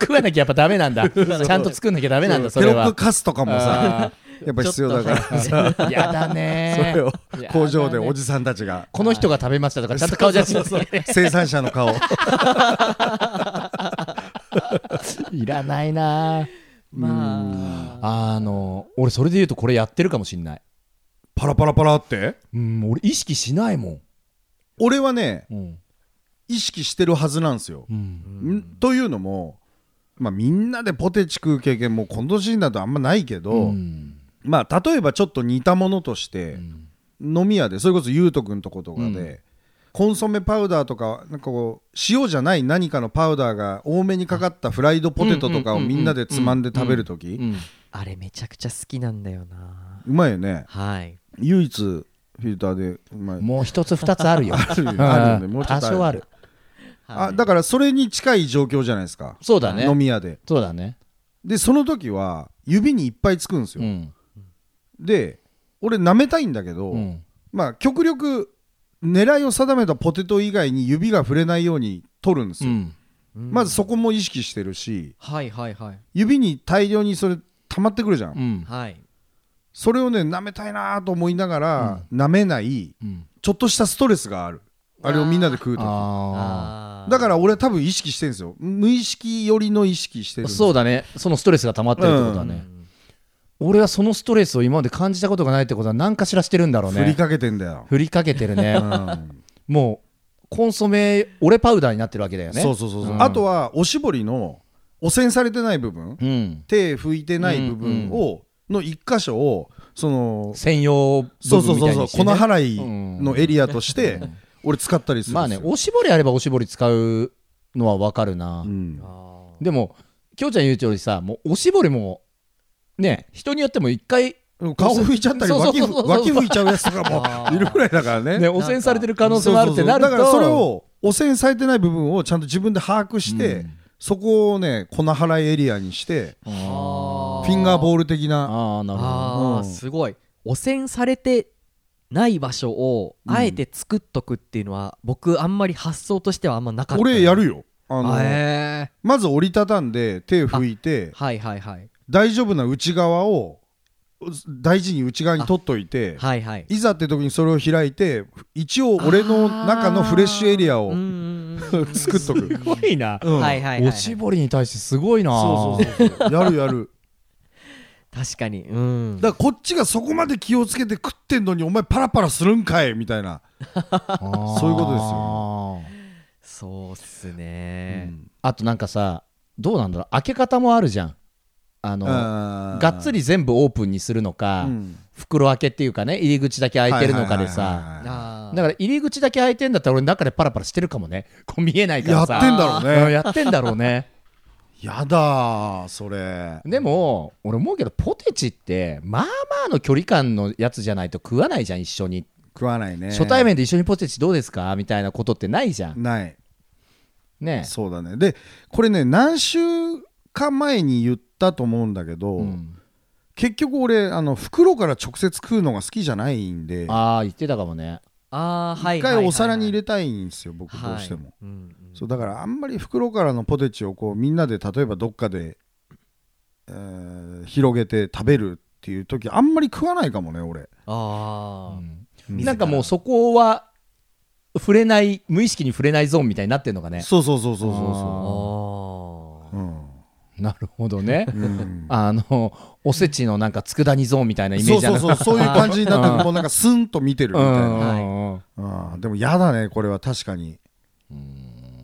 D: 食わなきゃやっぱダメなんだちゃんと作んなきゃダメなんだそ
E: ケ
D: れ
E: ロッ
D: は
E: グカスとかもさやっぱ必要だからさ
D: あーやだ
E: そ
D: ね
E: れを
D: やだね
E: 工場でおじさんたちが
D: この人が食べましたとかちゃんと顔写真
E: そうそう生産者 の顔
D: いらないな
C: まあ
D: あの俺それで言うとこれやってるかもしんない
E: パラパラパラって
D: うん俺意識しないも
E: 俺はね
D: んうん、
E: 意識してるはずなんですよ
D: うん、
E: んというのも、まあ、みんなでポテチ食う経験もこの年になるとあんまないけど、
D: うん
E: まあ、例えばちょっと似たものとして、飲み屋でそれこそゆうとくんとことかで、
D: うん
E: コンソメパウダーとかなんかこう塩じゃない何かのパウダーが多めにかかったフライドポテトとかをみんなでつまんで食べるとき
D: うん
C: あれめちゃくちゃ好きなんだよな
E: うまいよね
C: はい
E: 唯一フィルターでうまい
D: もう一つ二つあ るよ
E: あるよねあるよねもうちょ
D: 多
E: っと
D: 少ある
E: あだからそれに近い状況じゃないですか
D: そうだね
E: 飲み屋で
D: そうだね
E: でその時は指にいっぱいつくんですよ、
D: うん
E: で俺舐めたいんだけど、
D: うん
E: まあ極力狙いを定めたポテト以外に指が触れないように取るんです
D: う
E: よ、
D: ん
E: まずそこも意識してるし
C: はいはいはい
E: 指に大量にそれ溜まってくるじゃん、
D: うん
C: はい
E: それをね舐めたいなと思いながら、舐めない
D: うん
E: ちょっとしたストレスがあるあれをみんなで食うと
D: あ
C: あー
E: だから俺は多分意識してるんですよ無意識寄りの意識してる
D: あ
E: んです
D: そうだねそのストレスが溜まってるってことだね、俺はそのストレスを今まで感じたことがないってことは何かしらしてるんだろうね
E: 振りかけてんだよ、
D: 振りかけてるね、
E: うん
D: もうコンソメ俺パウダーになってるわけだよね
E: そうそうそうそう、
D: ん
E: あとはおしぼりの汚染されてない部分、
D: うん
E: 手拭いてない部分を、の一箇所をその
D: 専用部
E: そうそ
D: 分
E: う
D: み
E: そ
D: たい
E: うそう
D: にしてね
E: 粉払いのエリアとして、俺使ったりする
D: まあ
E: んで
D: ね
E: すよ
D: おしぼりあればおしぼり使うのは分かるな、
E: うん
C: あ
D: でもきょうちゃん言うよりさもうおしぼりもね人によっても一回、
E: 顔拭いちゃったり
D: そうそう
E: 脇
D: そうそう
E: ふ脇拭いちゃうやつとかもいるぐらいだからね
D: ね、汚染されてる可能性もあるってなると
E: そうそうそうだからそれを汚染されてない部分をちゃんと自分で把握して、そこをね粉払いエリアにして
C: ー
E: フィンガーボール的な
D: ああなるほど
C: あー
E: うん
C: すごい汚染されてない場所をあえて作っとくっていうのは、僕あんまり発想としてはあんまなかった
E: 俺やるよあの、
C: へー
E: まず折りたたんで手拭いて
C: はいはいはい
E: 大丈夫な内側を大事に内側に取っといて、
C: はいはい
E: いざって時にそれを開いて一応俺の中のフレッシュエリアを
C: うんうんうん
E: 作っ とく
D: すごいな、
E: うん
C: はいはいはい、
D: おしぼりに対してすごいな
E: そうそうそうそうやるやる
C: 確かにうん
E: だからこっちがそこままで気をつけて食ってんのにお前パラパラするんかいみたいな、
D: あー
E: そういうことです
C: そうっすね、
D: あとなんかさどうなんだろう開け方もあるじゃんあのが
E: が
D: っつり全部オープンにするのか、袋開けっていうかね入り口だけ開いてるのかでさ
C: あ
D: だ
C: ー
D: から入り口だけ開いてんだったら俺中でパラパラしてるかもね こう見えないか
E: や
D: ら
E: って
D: さ
E: んだろうね
D: うんやってんだろうね
E: やだーそれ
D: でも俺思うけどポテチってまあまあの距離感のやつじゃないと食わないじゃん一緒に、
E: 食わないね
D: 初対面で一緒にポテチどうですかみたいなことってないじゃん
E: ない
D: ね
E: そうだねでこれね何週か前に言ったと思うんだけど、
D: うん
E: 結局俺あの袋から直接食うのが好きじゃないんで
D: ああ言ってたかもね
C: あーはい
E: 一回お皿に入
C: れ
E: れたいんですよ僕どうしても、
C: はいうん
E: そうだからあんまり袋からのポテチをこうみんなで例えばどっかで、えー広げて食べるっていう時あんまり食わないかもね俺
C: あー
E: うん
D: なんかもうそこは触れない無意識に触れないゾーンみたいになってんのかね
E: そうそうそうそうそう
C: あ
E: そ
C: ー
E: ううん
D: なるほどね
E: うん
D: あのおせちのなんか佃煮ゾーンみたいな イメー
E: そ
D: ジ
E: うそうそうそういう感じになってるもうなんかスンと見てるみたいな
D: な
E: うんでもやだねこれは確かに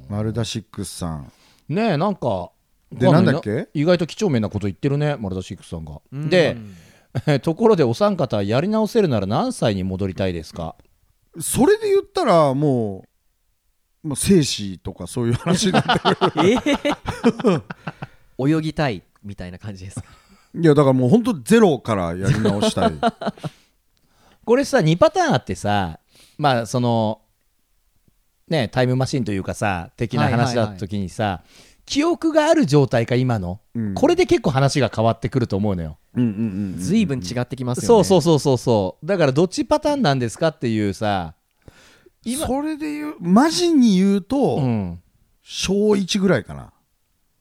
E: 丸田シックスさん
D: ねえなんか
E: で
D: わか
E: なんだっけ
D: 意外と几帳面なこと言ってるね丸田シックスさんが、
C: うん
D: で ところでお三方やり直せるなら何歳に戻りたいですか
E: それで言ったらもうもう生死とかそういう話になってくる
C: えー泳ぎたいみたいな感じですか
E: いやだからもう本当ゼロからやり直したい
D: これさ2パターンあってさまあそのねタイムマシンというかさ的な話だった時にさ、記憶がある状態か今の、
E: うん
D: これで結構話が変わってくると思うのよ
E: うんうんうんうん
C: ずいぶん違ってきますよね
D: そうそうそうそうそうだからどっちパターンなんですかっていうさ今
E: それで言うマジに言うと、
D: うん
E: 小1ぐらいかな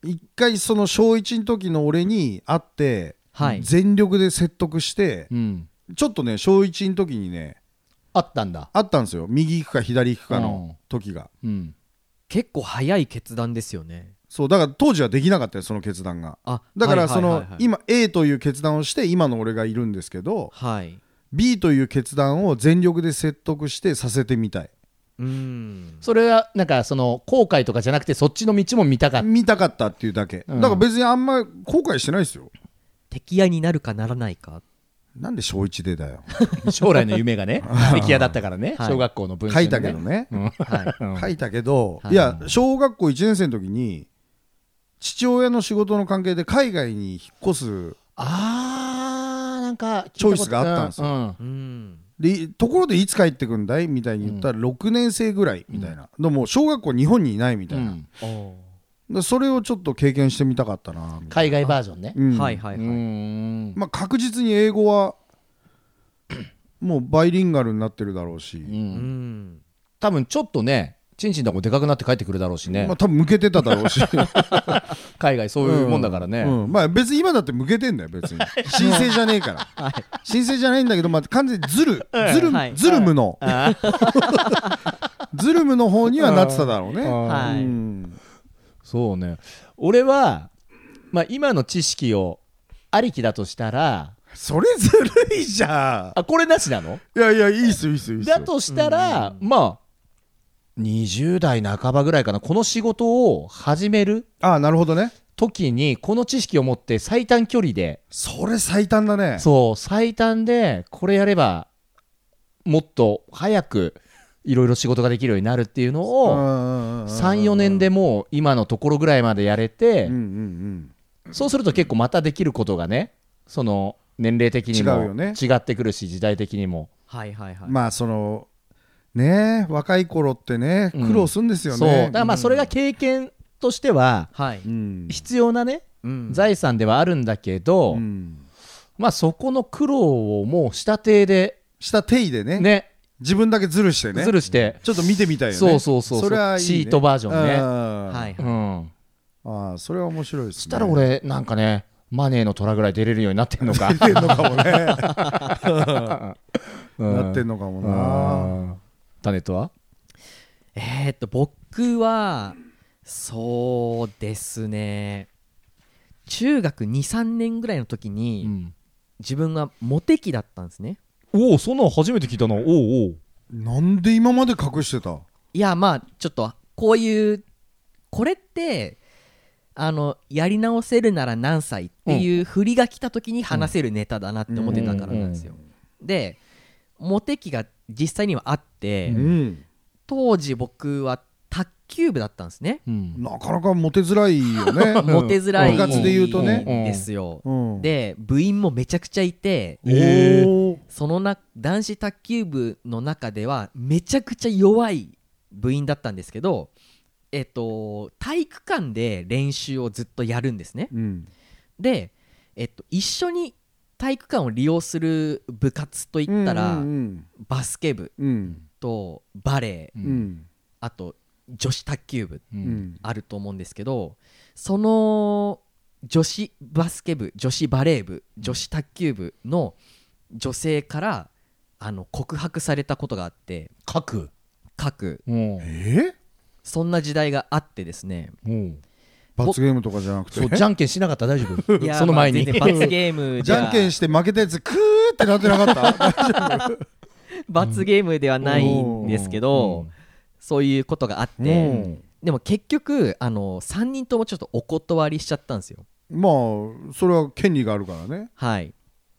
E: 一回その小1の時の俺に会って、
C: はい
E: 全力で説得して
D: う、ん
E: ちょっとね小1の時にね
D: あったんだ
E: あったんですよ右行くか左行くかの時が、
D: うん
C: 結構早い決断ですよね
E: そうだから当時はできなかったよその決断が
C: あ
E: だからその、
C: はいはいはいはい
E: 今 A という決断をして今の俺がいるんですけど
C: はい
E: B という決断を全力で説得してさせてみたい
C: うん
D: それはなんかその後悔とかじゃなくてそっちの道も見たかっ た
E: 見たかったっていうだけ、
D: うん
E: だから別にあんま後悔してないですよ
C: 敵屋になるかならないか
E: なんで小1でだよ
D: 将来の夢が ね出来上がったからね、
C: はい
D: 小学校の文章
E: 書
D: に
E: い
D: ね
E: たけどね、
C: はい
E: 書いたけど、
C: はい
E: い、や小学校1年生の時に父親の仕事の関係で海外に引っ越す
D: あーなんか
E: チョイスがあったんですよ
D: う
C: うん
E: でところでいつ帰ってくんだいみたいに言ったら6年生ぐらいみたいな、でも小学校日本にいないみた
D: う
E: いな、
D: ん
C: おー
E: でそれをちょっと経験してみたかったなみたい
D: 海外バージョンね
E: な、うん
C: はいはいうはい
D: ん
E: まあ、確実に英語はもうバイリンガルになってるだろうし、
D: うん
C: うん
D: 多分ちょっとねチンチンだもでかくなって帰ってくるだろうしね、
E: まあ多分向けてただろうし、
D: 海外そういうもんだからね、
E: うんまあ別に今だって向けてんだよ別に申請じゃねえ から、申請じゃないんだけど、まあ、完全にズルズル,、
C: はい
E: ズルムの ズルムの方にはなってただろうね、
C: は
E: う
C: い
E: ん
D: そうね俺は、まあ、今の知識をありきだとしたら
E: それずるいじゃん
D: あこれなしなの
E: いやいや、いいっすよ、いいっすよ、いいっすよ。
D: だとしたら、まあ20代半ばぐらいかなこの仕事を始める
E: ああ、なるほどね。
D: 時にこの知識を持って最短距離で
E: それ最短だね。
D: そう最短でこれやればもっと早くいろいろ仕事ができるようになるっていうの
E: う
D: を34年で
E: も。
D: もう今のところぐらいまでやれて、
E: うんうん
D: そうすると結構またできることがねその年齢的に
E: 違うよ
D: も
E: ね
D: 違ってくるし、時代的にも、
C: はいはいは
E: う
C: い
E: ん。まあ、その、ねえ若い頃ってね、
D: うん
E: 苦労するんですよ
D: そうだ
E: ね。
D: からまあそれが経験としては
C: はい
E: うん。
D: 必要なね、
C: うん
D: 財産ではあるんだけど、
E: うん
D: まあそこの苦労をもう下手で
E: した定位でね
D: ね
E: 自分だけズルしてね。
D: ズルして、
E: ちょっと見てみたいよね。
D: そうそうそう
E: それはいい、ね。
D: チートバージョンね
E: は。
C: はいい
D: うん、
E: ああ、それは面白いです、ね。
D: そしたら、 俺なんかねマネーの虎ぐらい出れるようになってんのか
E: 出てんのかもね。な
D: な
E: ってんのかもな。
D: タネットは
C: えー、っと僕はそうですね中学23年ぐらいの時に、自分はモテ期だったんですね
D: おおそんなの初めて聞いたなおうおう
E: なんで今まで隠してた
C: いやまあちょっとこういうこれってあのやり直せるなら何歳っていう振りが来た時に話せるネタだなって思ってたからなんですよ、でモテ期が実際にはあって、
E: うん。
C: 当時僕は卓球部だったんですね
D: うん
E: なかなかモテづらいよ ね。
C: モテづらい
E: 部活で言うとね
C: んですよ、
E: うん、
C: で部員もめちゃくちゃいて
E: え
C: そのな男子卓球部の中ではめちゃくちゃ弱い部員だったんですけど、えっと、体育館で練習をずっとやるんですね
E: うん
C: で、えっと、一緒に体育館を利用する部活といったら、
E: うん
C: バスケ部
E: うん
C: とバレー
E: うんうん
C: あと女子卓球部
D: う
E: うんん
C: あると思うんですけどその女子バスケ部女子バレー部女子卓球部の女性からあの告白されたことがあって
D: 書く
C: 各
D: うん
E: え
C: そんな時代があってですね
D: うん
E: 罰ゲームとかじゃなくて
D: そうじゃんけんしなかった大丈
C: い
D: 夫
C: や
D: その前に
C: まあ全然罰ゲーム
E: じゃんけん
C: し
E: して負けたやつクーってなってなかった
C: 罰ゲームではないんですけど、そういうことがあって、
E: うん
C: でも結局あの3人ともちょっとお断りしちゃったんですよ
E: まあそれは権利があるからね
C: はい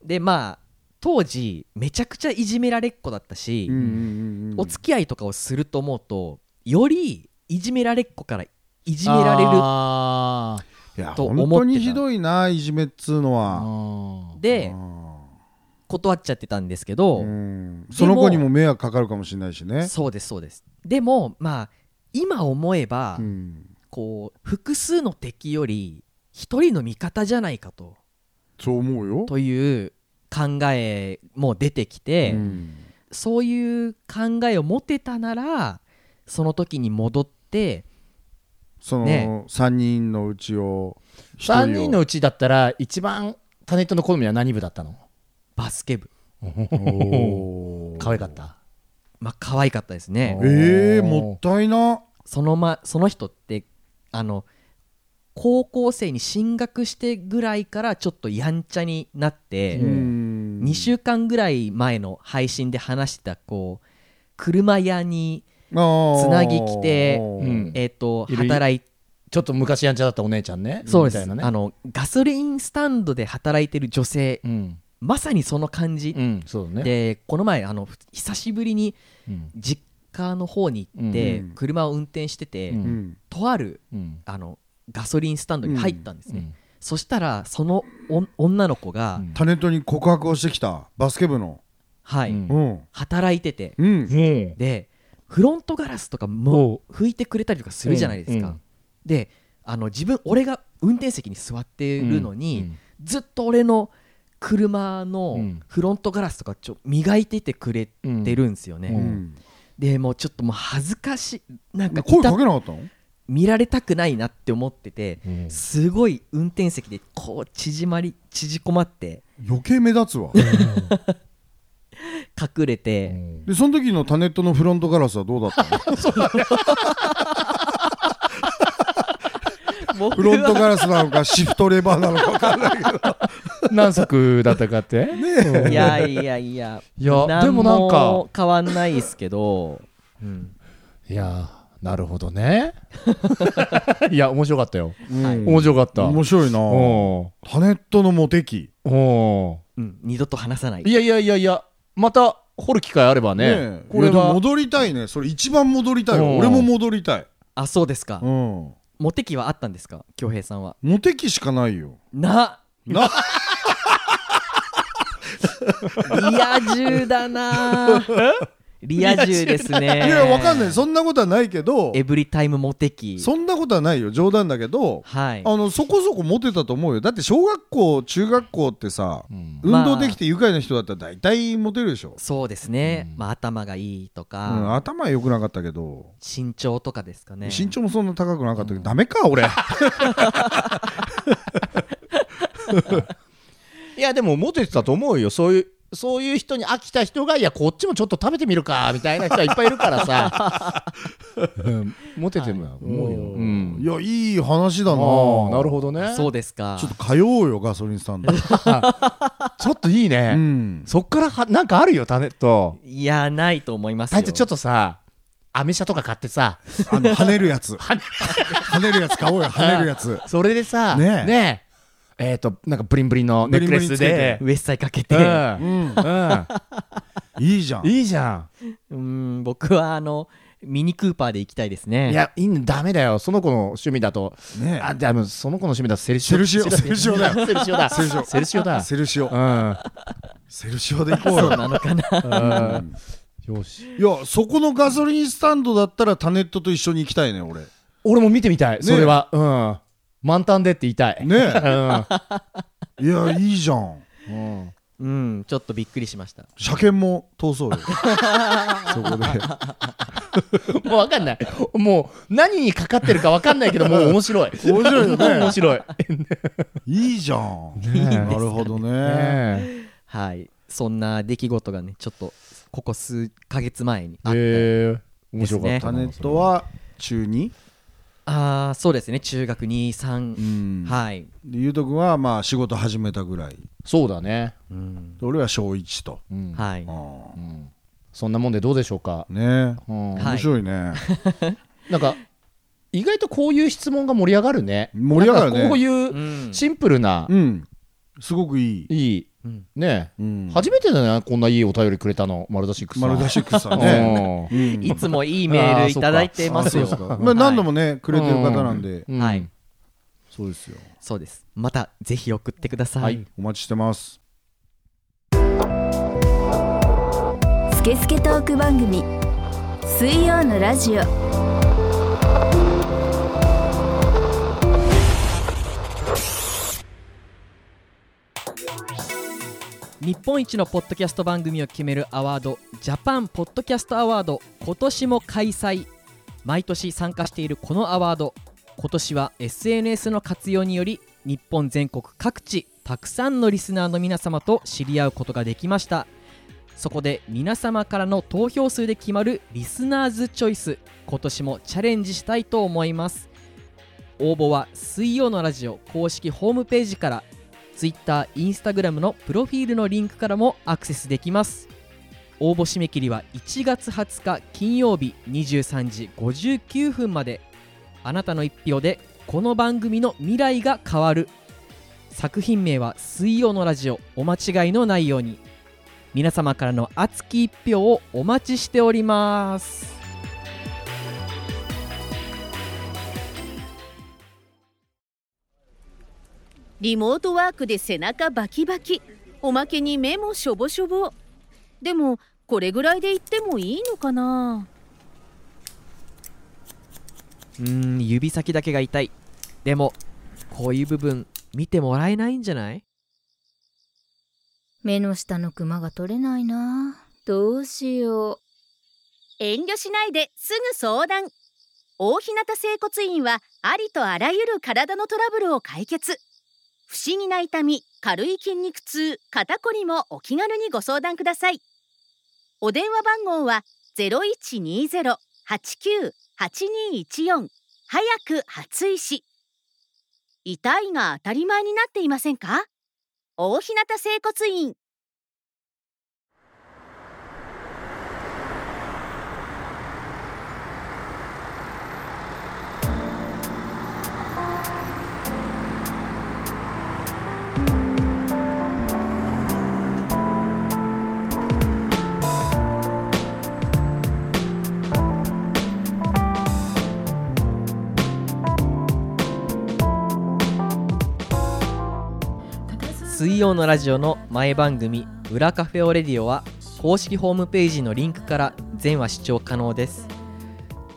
C: でまあ当時めちゃくちゃいじめられっ子だったし、
E: うんうんうんうん
C: お付き合いとかをすると思うとよりいじめられっ子からいじめられる
D: あー
E: いや
C: と思って
E: 本
C: た
E: 当にひどいないじめっつうのは
D: あー
C: で断っちゃってたんですけど、
E: うんその子にも迷惑かかるかもしれないしね
C: そうですそうですでもまあ今思えば、
E: うん
C: こう複数の敵より一人の味方じゃないかと
E: そう思うよ
C: という考えも出てきて、
E: うん
C: そういう考えを持てたならその時に戻って
E: そ
C: ね
E: の3人のうちを1人を
D: 3人のうちだったら一番タネットの好みは何部だったの
C: バスケ部
D: 可愛かった
C: まあ可愛かったですね
E: えー、もったいな
C: その,、ま、その人ってあの高校生に進学してぐらいからちょっとやんちゃになって、
E: うん
C: 2週間ぐらい前の配信で話してたこう車屋に、
E: つな
C: なぎきて
D: うん
C: えー、と
D: いるいる
C: 働い
D: ちょっと昔やんちゃだったお姉ちゃんね
C: そうです、
D: みたいなね
C: あのガソリンスタンドで働いてる女性、
D: うん、
C: まさにその感じ、
D: うん、そうだね
C: でこの前あのふ久しぶりに
D: うん
C: 実家の方に行って、
E: うん
C: 車を運転してて、
D: うん
E: うん
C: とある
D: うん
C: あのガソリンスタンドに入ったんです
D: う
C: ね、
D: ん
C: そしたらそのお女の子が、
D: うん
E: タネットに告白をしてきたバスケ部の
C: はい、
D: うん
E: うん
C: 働いてて
E: うん
C: でフロントガラスとかも拭いてくれたりとかするじゃないですか、
D: うんうん
C: であの自分俺が運転席に座ってるのに、
D: うん
C: ずっと俺の車
D: う
C: の
D: ん
C: フロントガラスとかちょ磨いててくれてるんですよね、
D: うん
C: でもうちょっともう恥ずかしいなんか
E: 声
C: いた
E: かけなかったの
C: 見られたくないなって思ってて、
D: うん
C: すごい運転席でこう縮まり縮こまって
E: 余計目立つわ
C: 隠れて、
E: でその時のタネットのフロントガラスはどうだったの
C: 僕は
E: フロントガラスなのかシフトレバーなのか分かんないけど
D: 何作だったかって
C: いやいやいや
D: いや
C: 何
D: でもなんか
C: も変わんないですけど、うん
D: いやーなるほどねいや面白かったよ
E: うん
D: 面白かった
E: 面白いな
D: お
E: タネットのモテ期
D: ーお
C: うん二度と話さない
D: ーいやいやいやいやまた掘る機会あればね
E: ねえ
D: これ
E: いやでも
D: は
E: 戻りたいねそれ一番戻りたいわ
D: うん
E: 俺も戻りたい
C: あそうですか、
E: うん
C: モテ期はあったんですか恭平さんは
E: モテ期しかないよ
C: な
E: な
C: リア充だ なリア充です
E: い
C: ね
E: や分かんないそんなことはないけど
C: エブリタイムモテ期
E: そんなことはないよ冗談だけど
C: はい
E: あのそこそこモテたと思うよだって小学校中学校ってさ
D: うん
E: 運動できて愉快な人だったら大体モテるでしょ、
C: そうですね、
D: うん
C: まあ頭がいいとか、
E: うん、頭は良くなかったけど、
C: 身長とかですかね
E: 身長もそんな高くなかったけど、ダメか俺
D: いやでもモテてたと思うよそういうそういう人に飽きた人がいやこっちもちょっと食べてみるかみたいな人はいっぱいいるからさうんモテてるの思うよ、うん
E: いやいい話だな
D: あーなる
E: ど
D: ほどね
C: そうですか
E: ちょっと通おうよガソリンスタンド
D: ちょっといいね、
E: うん
D: そっからはなんかあるよタネット
C: いやないと思います
D: タネ
C: よ
D: ットちょっとさアメ車とか買ってさ
E: あの跳ねるやつ跳ねるやつ買おうよ跳ねるやつ
D: それでさ
E: ねえ
D: ねええーとなんかブリンブリンのネックレスで
C: ウエストかけ
D: う
C: て、
D: ん
E: う
D: うんう
E: ん
D: ん
E: いいじゃん
D: いいじゃ
C: うーん僕はあのミニクーパーで行きたいですね
D: んいやいいのダメだよその子の趣味だと
E: ね
D: あでもその子の趣味だとセルシ
E: セ
D: オ
E: ルシオセルシオだよ
D: セルシオだ
E: セルシオ
D: セルシオだ
E: セルシオ
D: うん
E: セルシオで行こう
C: そう
E: よ
C: なのかな
D: うんよし
E: いやそこのガソリンスタンドだったらタネットと一緒に行きたいね 俺
D: 俺も見てみたいそれはうん満タンでって言いたい
E: ね
D: うん
E: いやいいじゃん
D: うん
C: うんちょっとびっくりしました
E: 車検も通そう よそこで
D: もうわかんないもう何にかかってるかわかんないけどもう面白い
E: 面白いよね
D: 面白い
E: いいじゃん
D: いいんですか
E: なるほどね
D: え
C: はいそんな出来事がねちょっとここ数ヶ月前にあった
D: え面白かっ
C: ですね
D: た
E: タ
D: な
E: ネットは中2
C: ああそうですね中学23、
E: ん
C: はい、
E: でゆうとくんはまあ仕事始めたぐらいで
D: そうだね
C: うん
E: 俺は小1と、
D: うん
C: はい、
E: う
D: うんそんなもんでどうでしょうか
E: んね
D: うん
C: はい
E: 面白いね、
D: なんか意外とこういう質問が盛り上がるね
E: 盛り上がるね
D: なんかこういううんシンプルな
E: うんすごくいい、
D: いい
C: うん
D: ね
E: うん、
D: 初めてだねこんないいお便りくれたの丸出しクさん
E: 丸出し草
D: うん
E: ね、うん
C: いつもいいメールいただいてますよ
E: あそうですかまあ、何度もね、くれてる方なんで、
D: うん
C: はい
E: そうですよ
C: そうですまたぜひ送ってください、
D: はい
E: お待ちしてます
A: スケスケトーク番組水曜のラジオ
C: 日本一のポッドキャスト番組を決めるアワードジャパンポッドキャストアワード今年も開催毎年参加しているこのアワード今年は SNS の活用により日本全国各地たくさんのリスナーの皆様と知り合うことができましたそこで皆様からの投票数で決まるリスナーズチョイス今年もチャレンジしたいと思います応募は水曜のラジオ公式ホームページから Twitter、Instagram のプロフィールのリンクからもアクセスできます応募締め切りは1月20日金曜日23時59分まであなたの一票でこの番組の未来が変わる作品名は「水曜のラジオ」お間違いのないように皆様からの熱き一票をお待ちしております
F: リモートワークで背中バキバキおまけに目もしょぼしょぼでもこれぐらいで言ってもいいのかな
C: うーん指先だけが痛いでもこういう部分見てもらえないんじゃない
H: 目の下のクマが取れないなどうしよう
F: 遠慮しないですぐ相談大日向整骨院はありとあらゆる体のトラブルを解決不思議な痛み軽い筋肉痛肩こりもお気軽にご相談くださいお電話番号は0120-89-8214早く初医師痛いが当たり前になっていませんか大日向整骨院
C: 水曜のラジオの前番組「裏カフェオレディオ」は公式ホームページのリンクから全話視聴可能です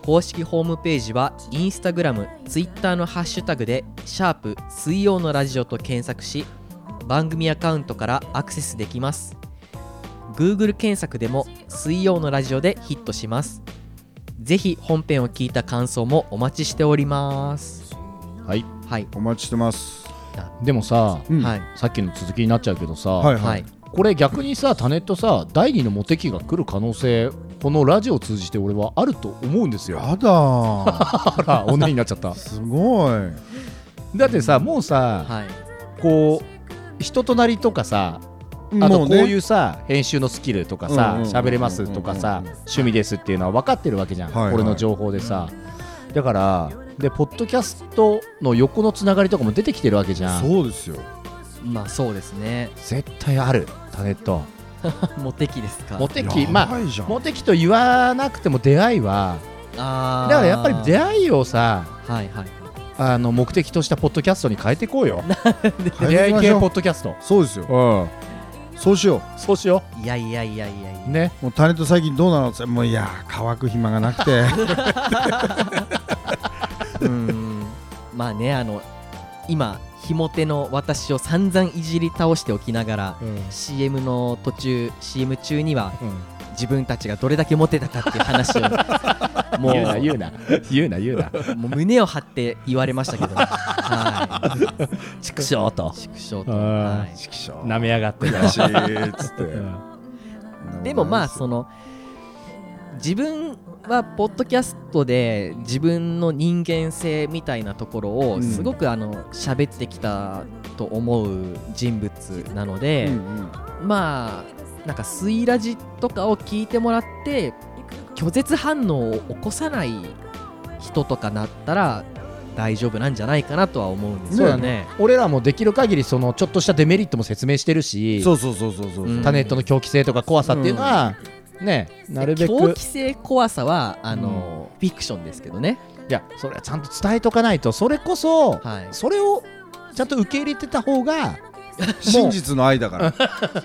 C: 公式ホームページはインスタグラム、ツイッターのハッシュタグで「シャープ水曜のラジオ」と検索し番組アカウントからアクセスできます Google 検索でも「水曜のラジオ」でヒットしますぜひ本編を聞いた感想もお待ちしております
D: はい
C: はい、
E: お待ちしてます。
D: でもさ
E: うん
C: はい
D: さっきの続きになっちゃうけどさ、
E: はい
C: はい
D: これ逆にさタネットさ第二のモテ期が来る可能性このラジオを通じて俺はあると思うんですよ
E: やだ
D: あら女になっちゃった
E: ー。すごい。
D: だってさもうさ、
C: はい
D: こう人となりとかさあとこういうさ、編集のスキルとか
E: うん
D: さ
E: うんうんうん
D: 喋れますとかさ趣味ですっていうのは分かってるわけじゃん、
E: はいはい
D: これの情報でさだからでポッドキャストの横のつながりとかも出てきてるわけじゃん
E: そうですよ。
C: まあそうですね
D: 絶対あるタネット
C: モテ期ですか
D: モテ期まあ
E: あ。じゃん
D: モテ期と言わなくても出会いは
C: あ
D: だ
C: ー
D: からやっぱり出会いをさ
C: はいはい
D: あの目的としたポッドキャストに変えていこうよ
E: 変
D: 出
E: えて
D: 会
E: い
D: い
E: きま
D: 系
E: しょう
D: ポッドキャスト
E: そうですよ。
D: うん
E: そうしよ
D: そうしよ
C: いやいやいやいやいや
D: うね
E: う。もうタネット最近どうなのってもういやー乾く暇がなくて。
C: うーんまあねあの今ひも手の私を散々いじり倒しておきながら CM の途中 CM 中には
D: うん
C: 自分たちがどれだけモテたかっていう話 をも
D: 言うな
C: う
D: 言うな言うな言うな
C: もう胸を張って言われましたけど、は
D: 畜生と
C: い、縮小と、
D: あ
C: はい
E: ちく しょう
D: 舐めやがって
E: 悔しいっつって。
C: でもまあそ
E: の。
C: の自分はポッドキャストで自分の人間性みたいなところ
E: う
C: を
E: ん
C: すごくあの喋ってきたと思う人物なので、まあなんかスイラジとかを聞いてもらって拒絶反応を起こさない人とかなったら大丈夫なんじゃないかなとは思うんですよね。
D: 俺らもできる限りそのちょっとしたデメリットも説明してるし
E: そうそうそうそうそうう。
C: ん
D: タネットの狂気性とか怖さっていうのは、ねなるべく
C: 狂気性怖さはあの、フィクションですけどね。
D: いやそれはちゃんと伝えとかないとそれこそ、
C: はい
D: それをちゃんと受け入れてた方が
E: 真実の愛だか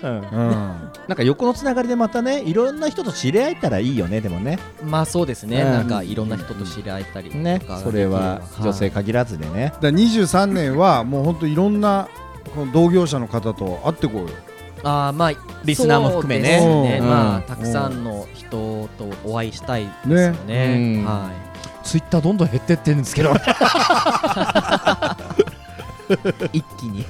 E: ら。
D: なん
E: うん。
D: か横のつながりでまたねいろんな人と知り合えたらいいよねでもね
C: まあそうですね、
D: うん
C: なんかいろんな人と知り合えたりとか
D: ねそれは女性
C: か
D: 限らずでね、
E: だから23年はもう本当いろんなこの同業者の方と会ってこうよ。
C: ができればあーまあ
D: リスナーも含めね
C: そうです
E: うん
C: ま
D: う
C: あ
D: ん
C: たくさんの人とお会いしたいですよね
D: ねうん
C: は
D: ツイッターどんどん減ってってるんですけど
C: い、一気に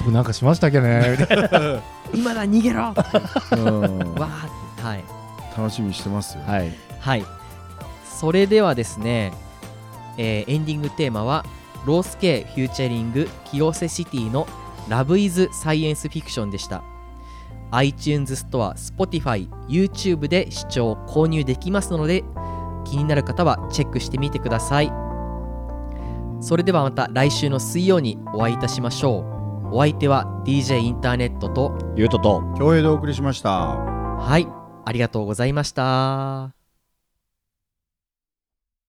D: 僕なんかしましたっけねみたいな
C: 今だ逃げろって
E: うん
C: わーってはい
E: 楽しみにしてますよ。
D: はい
C: はいそれではですね、えーエンディングテーマはロースケフューチャリング清瀬シティの「ラブイズサイエンスフィクションでした iTunes ストア Spotify、YouTube で視聴購入できますので気になる方はチェックしてみてくださいそれではまた来週の水曜にお会いいたしましょうお相手は DJ インターネットと
D: ゆうとと
E: 共栄でお送りしました。
C: はいありがとうございました